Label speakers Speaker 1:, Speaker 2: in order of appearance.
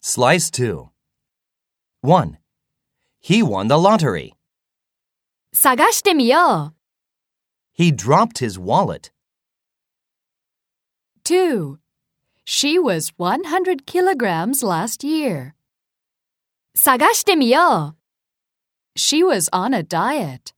Speaker 1: Slice 2. 1. He won the lottery.
Speaker 2: 探してみよ
Speaker 1: He dropped his wallet.
Speaker 2: う 2. She was 100 kilograms last year. 探してみよう She was on a diet.